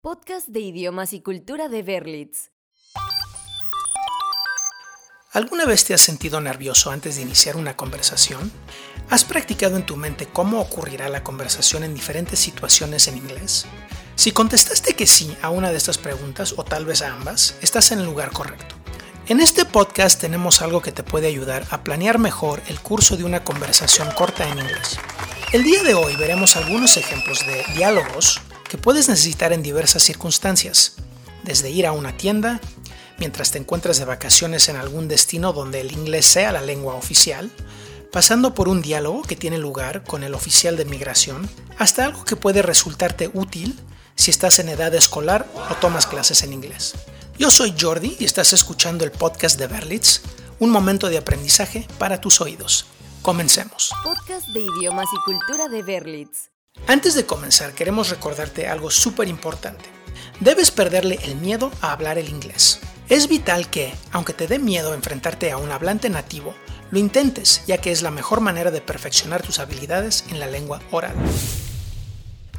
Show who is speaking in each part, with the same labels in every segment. Speaker 1: Podcast de idiomas y cultura de Berlitz.
Speaker 2: ¿Alguna vez te has sentido nervioso antes de iniciar una conversación? ¿Has practicado en tu mente cómo ocurrirá la conversación en diferentes situaciones en inglés? Si contestaste que sí a una de estas preguntas o tal vez a ambas, estás en el lugar correcto. En este podcast tenemos algo que te puede ayudar a planear mejor el curso de una conversación corta en inglés. El día de hoy veremos algunos ejemplos de diálogos que puedes necesitar en diversas circunstancias, desde ir a una tienda, mientras te encuentras de vacaciones en algún destino donde el inglés sea la lengua oficial, pasando por un diálogo que tiene lugar con el oficial de migración, hasta algo que puede resultarte útil si estás en edad escolar o tomas clases en inglés. Yo soy Jordi y estás escuchando el podcast de Berlitz, un momento de aprendizaje para tus oídos. Comencemos.
Speaker 1: Podcast de idiomas y cultura de Berlitz.
Speaker 2: Antes de comenzar, queremos recordarte algo súper importante. Debes perderle el miedo a hablar el inglés. Es vital que, aunque te dé miedo enfrentarte a un hablante nativo, lo intentes, ya que es la mejor manera de perfeccionar tus habilidades en la lengua oral.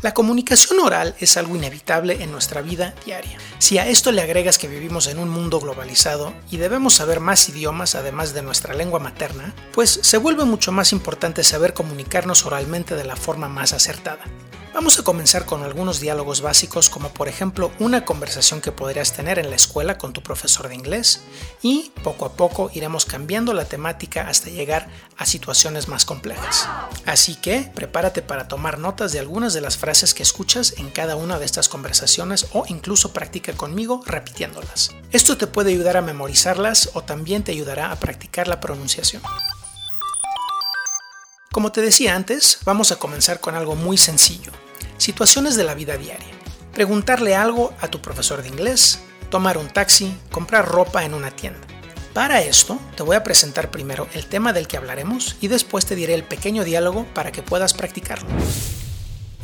Speaker 2: La comunicación oral es algo inevitable en nuestra vida diaria. Si a esto le agregas que vivimos en un mundo globalizado y debemos saber más idiomas además de nuestra lengua materna, pues se vuelve mucho más importante saber comunicarnos oralmente de la forma más acertada. Vamos a comenzar con algunos diálogos básicos como por ejemplo una conversación que podrías tener en la escuela con tu profesor de inglés y poco a poco iremos cambiando la temática hasta llegar a situaciones más complejas. Así que prepárate para tomar notas de algunas de las frases que escuchas en cada una de estas conversaciones o incluso practica conmigo repitiéndolas. Esto te puede ayudar a memorizarlas o también te ayudará a practicar la pronunciación. Como te decía antes, vamos a comenzar con algo muy sencillo, situaciones de la vida diaria. Preguntarle algo a tu profesor de inglés, tomar un taxi, comprar ropa en una tienda. Para esto, te voy a presentar primero el tema del que hablaremos y después te diré el pequeño diálogo para que puedas practicarlo.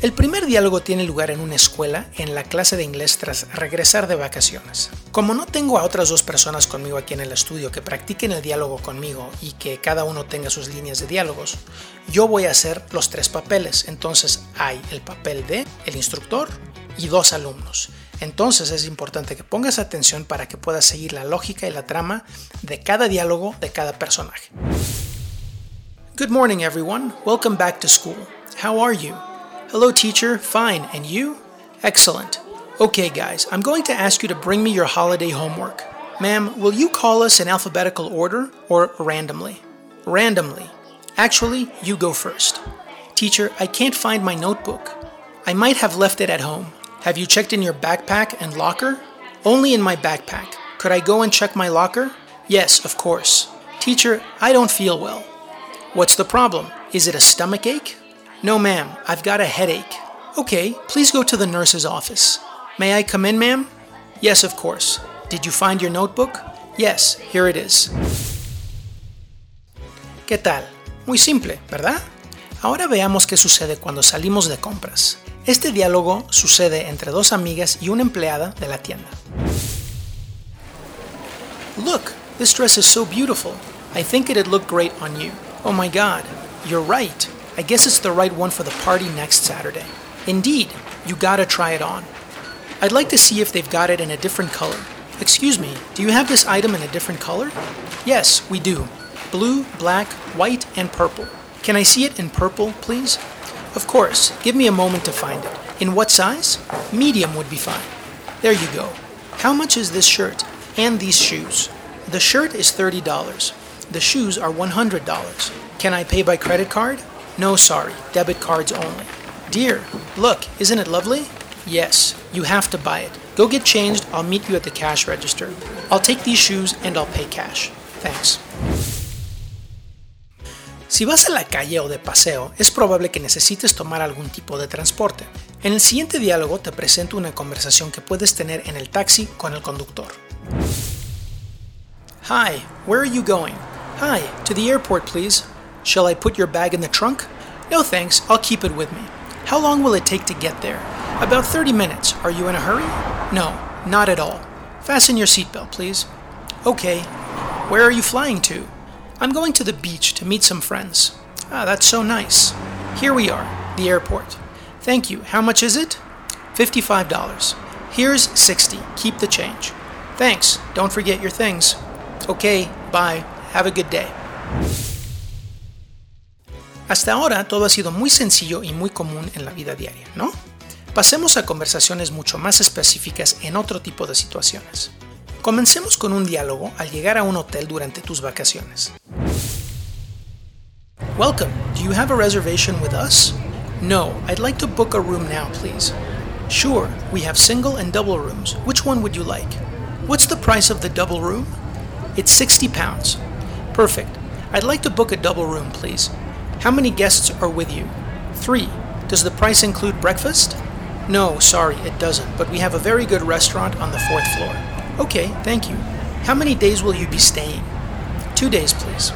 Speaker 2: El primer diálogo tiene lugar en una escuela en la clase de inglés tras regresar de vacaciones. Como no tengo a otras dos personas conmigo aquí en el estudio que practiquen el diálogo conmigo y que cada uno tenga sus líneas de diálogos, yo voy a hacer los tres papeles. Entonces hay el papel de el instructor y dos alumnos. Entonces es importante que pongas atención para que puedas seguir la lógica y la trama de cada diálogo de cada personaje. Good morning everyone. Welcome back to school. How are you? Hello, teacher. Fine. And you? Excellent. Okay, guys, I'm going to ask you to bring me your holiday homework. Ma'am, will you call us in alphabetical order or randomly? Randomly. Actually, you go first. Teacher, I can't find my notebook. I might have left it at home. Have you checked in your backpack and locker? Only in my backpack. Could I go and check my locker? Yes, of course. Teacher, I don't feel well. What's the problem? Is it a stomach ache? No, ma'am, I've got a headache. Okay, please go to the nurse's office. May I come in, ma'am? Yes, of course. Did you find your notebook? Yes, here it is. ¿Qué tal? Muy simple, ¿verdad? Ahora veamos qué sucede cuando salimos de compras. Este diálogo sucede entre dos amigas y una empleada de la tienda. Look, this dress is so beautiful. I think it'd look great on you. Oh my god, you're right. I guess it's the right one for the party next Saturday. Indeed, you gotta try it on. I'd like to see if they've got it in a different color. Excuse me, do you have this item in a different color? Yes, we do. Blue, black, white, and purple. Can I see it in purple, please? Of course, give me a moment to find it. In what size? Medium would be fine. There you go. How much is this shirt and these shoes? The shirt is $30. The shoes are $100. Can I pay by credit card? No, sorry, debit cards only. Dear, look, isn't it lovely? Yes, you have to buy it. Go get changed, I'll meet you at the cash register. I'll take these shoes and I'll pay cash. Thanks. Si vas a la calle o de paseo, es probable que necesites tomar algún tipo de transporte. En el siguiente diálogo te presento una conversación que puedes tener en el taxi con el conductor. Hi, where are you going? Hi, to the airport, please. Shall I put your bag in the trunk? No thanks, I'll keep it with me. How long will it take to get there? About 30 minutes. Are you in a hurry? No, not at all. Fasten your seatbelt, please. Okay. Where are you flying to? I'm going to the beach to meet some friends. Ah, that's so nice. Here we are, the airport. Thank you. How much is it? $55. Here's 60. Keep the change. Thanks. Don't forget your things. Okay, bye. Have a good day. Hasta ahora todo ha sido muy sencillo y muy común en la vida diaria, ¿no? Pasemos a conversaciones mucho más específicas en otro tipo de situaciones. Comencemos con un diálogo al llegar a un hotel durante tus vacaciones. Welcome. Do you have a reservation with us? No, I'd like to book a room now, please. Sure, we have single and double rooms. Which one would you like? What's the price of the double room? It's 60 pounds. Perfect. I'd like to book a double room, please. How many guests are with you? Three. Does the price include breakfast? No, sorry, it doesn't, but we have a very good restaurant on the fourth floor. Okay, thank you. How many days will you be staying? Two days, please.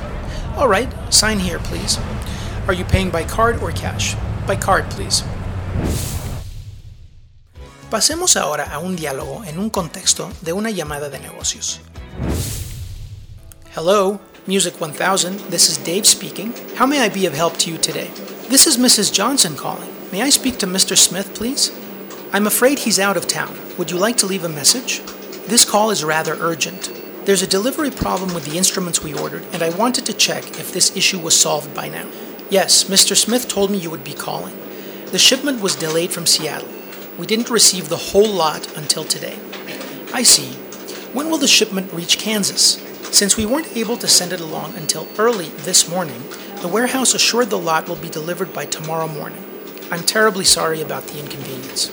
Speaker 2: All right, sign here, please. Are you paying by card or cash? By card, please. Pasemos ahora a un diálogo en un contexto de una llamada de negocios. Hello, Music 1000. This is Dave speaking. How may I be of help to you today? This is Mrs. Johnson calling. May I speak to Mr. Smith, please? I'm afraid he's out of town. Would you like to leave a message? This call is rather urgent. There's a delivery problem with the instruments we ordered, and I wanted to check if this issue was solved by now. Yes, Mr. Smith told me you would be calling. The shipment was delayed from Seattle. We didn't receive the whole lot until today. I see. When will the shipment reach Kansas? Since we weren't able to send it along until early this morning, the warehouse assured the lot will be delivered by tomorrow morning. I'm terribly sorry about the inconvenience.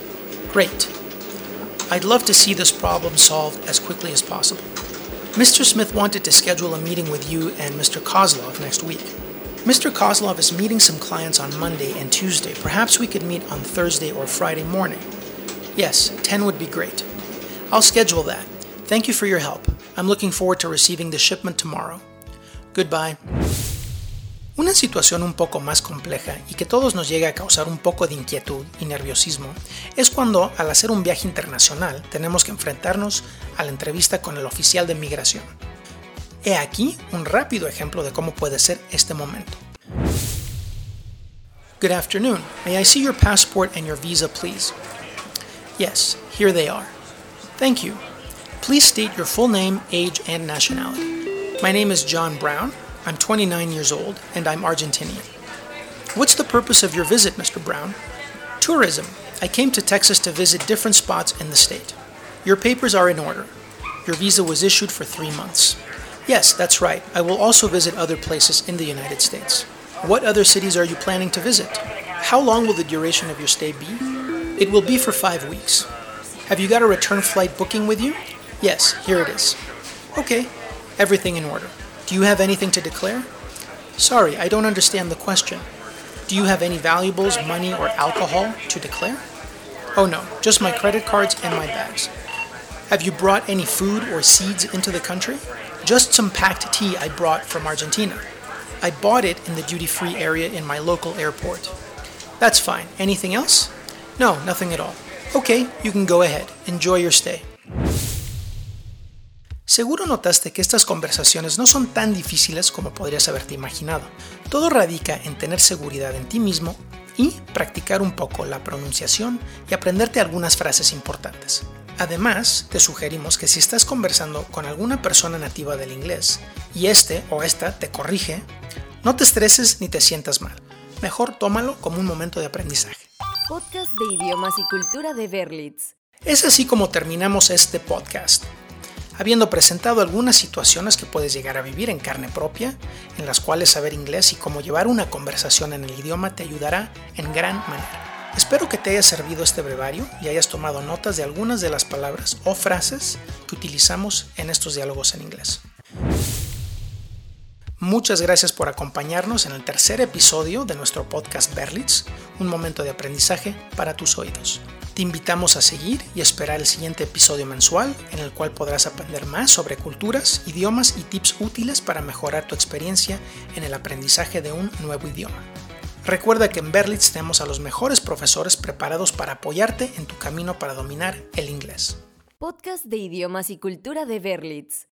Speaker 2: Great. I'd love to see this problem solved as quickly as possible. Mr. Smith wanted to schedule a meeting with you and Mr. Kozlov next week. Mr. Kozlov is meeting some clients on Monday and Tuesday. Perhaps we could meet on Thursday or Friday morning. Yes, 10 would be great. I'll schedule that. Thank you for your help. I'm looking forward to receiving the shipment tomorrow. Goodbye. Una situación un poco más compleja y que todos nos llega a causar un poco de inquietud y nerviosismo es cuando al hacer un viaje internacional tenemos que enfrentarnos a la entrevista con el oficial de migración. He aquí un rápido ejemplo de cómo puede ser este momento. Good afternoon. May I see your passport and your visa, please? Yes, here they are. Thank you. Please state your full name, age, and nationality. My name is John Brown. I'm 29 years old and I'm Argentinian. What's the purpose of your visit, Mr. Brown? Tourism. I came to Texas to visit different spots in the state. Your papers are in order. Your visa was issued for three months. Yes, that's right. I will also visit other places in the United States. What other cities are you planning to visit? How long will the duration of your stay be? It will be for five weeks. Have you got a return flight booking with you? Yes, here it is. Okay, everything in order. Do you have anything to declare? Sorry, I don't understand the question. Do you have any valuables, money, or alcohol to declare? Oh no, just my credit cards and my bags. Have you brought any food or seeds into the country? Just some packed tea I brought from Argentina. I bought it in the duty free area in my local airport. That's fine. Anything else? No, nothing at all. Okay, you can go ahead. Enjoy your stay. Seguro notaste que estas conversaciones no son tan difíciles como podrías haberte imaginado. Todo radica en tener seguridad en ti mismo y practicar un poco la pronunciación y aprenderte algunas frases importantes. Además, te sugerimos que si estás conversando con alguna persona nativa del inglés y este o esta te corrige, no te estreses ni te sientas mal. Mejor tómalo como un momento de aprendizaje.
Speaker 1: Podcast de idiomas y cultura de Berlitz.
Speaker 2: Es así como terminamos este podcast, habiendo presentado algunas situaciones que puedes llegar a vivir en carne propia, en las cuales saber inglés y cómo llevar una conversación en el idioma te ayudará en gran manera. Espero que te haya servido este brevario y hayas tomado notas de algunas de las palabras o frases que utilizamos en estos diálogos en inglés. Muchas gracias por acompañarnos en el tercer episodio de nuestro podcast Berlitz, un momento de aprendizaje para tus oídos. Te invitamos a seguir y esperar el siguiente episodio mensual en el cual podrás aprender más sobre culturas, idiomas y tips útiles para mejorar tu experiencia en el aprendizaje de un nuevo idioma. Recuerda que en Berlitz tenemos a los mejores profesores preparados para apoyarte en tu camino para dominar el inglés.
Speaker 1: Podcast de idiomas y cultura de Berlitz.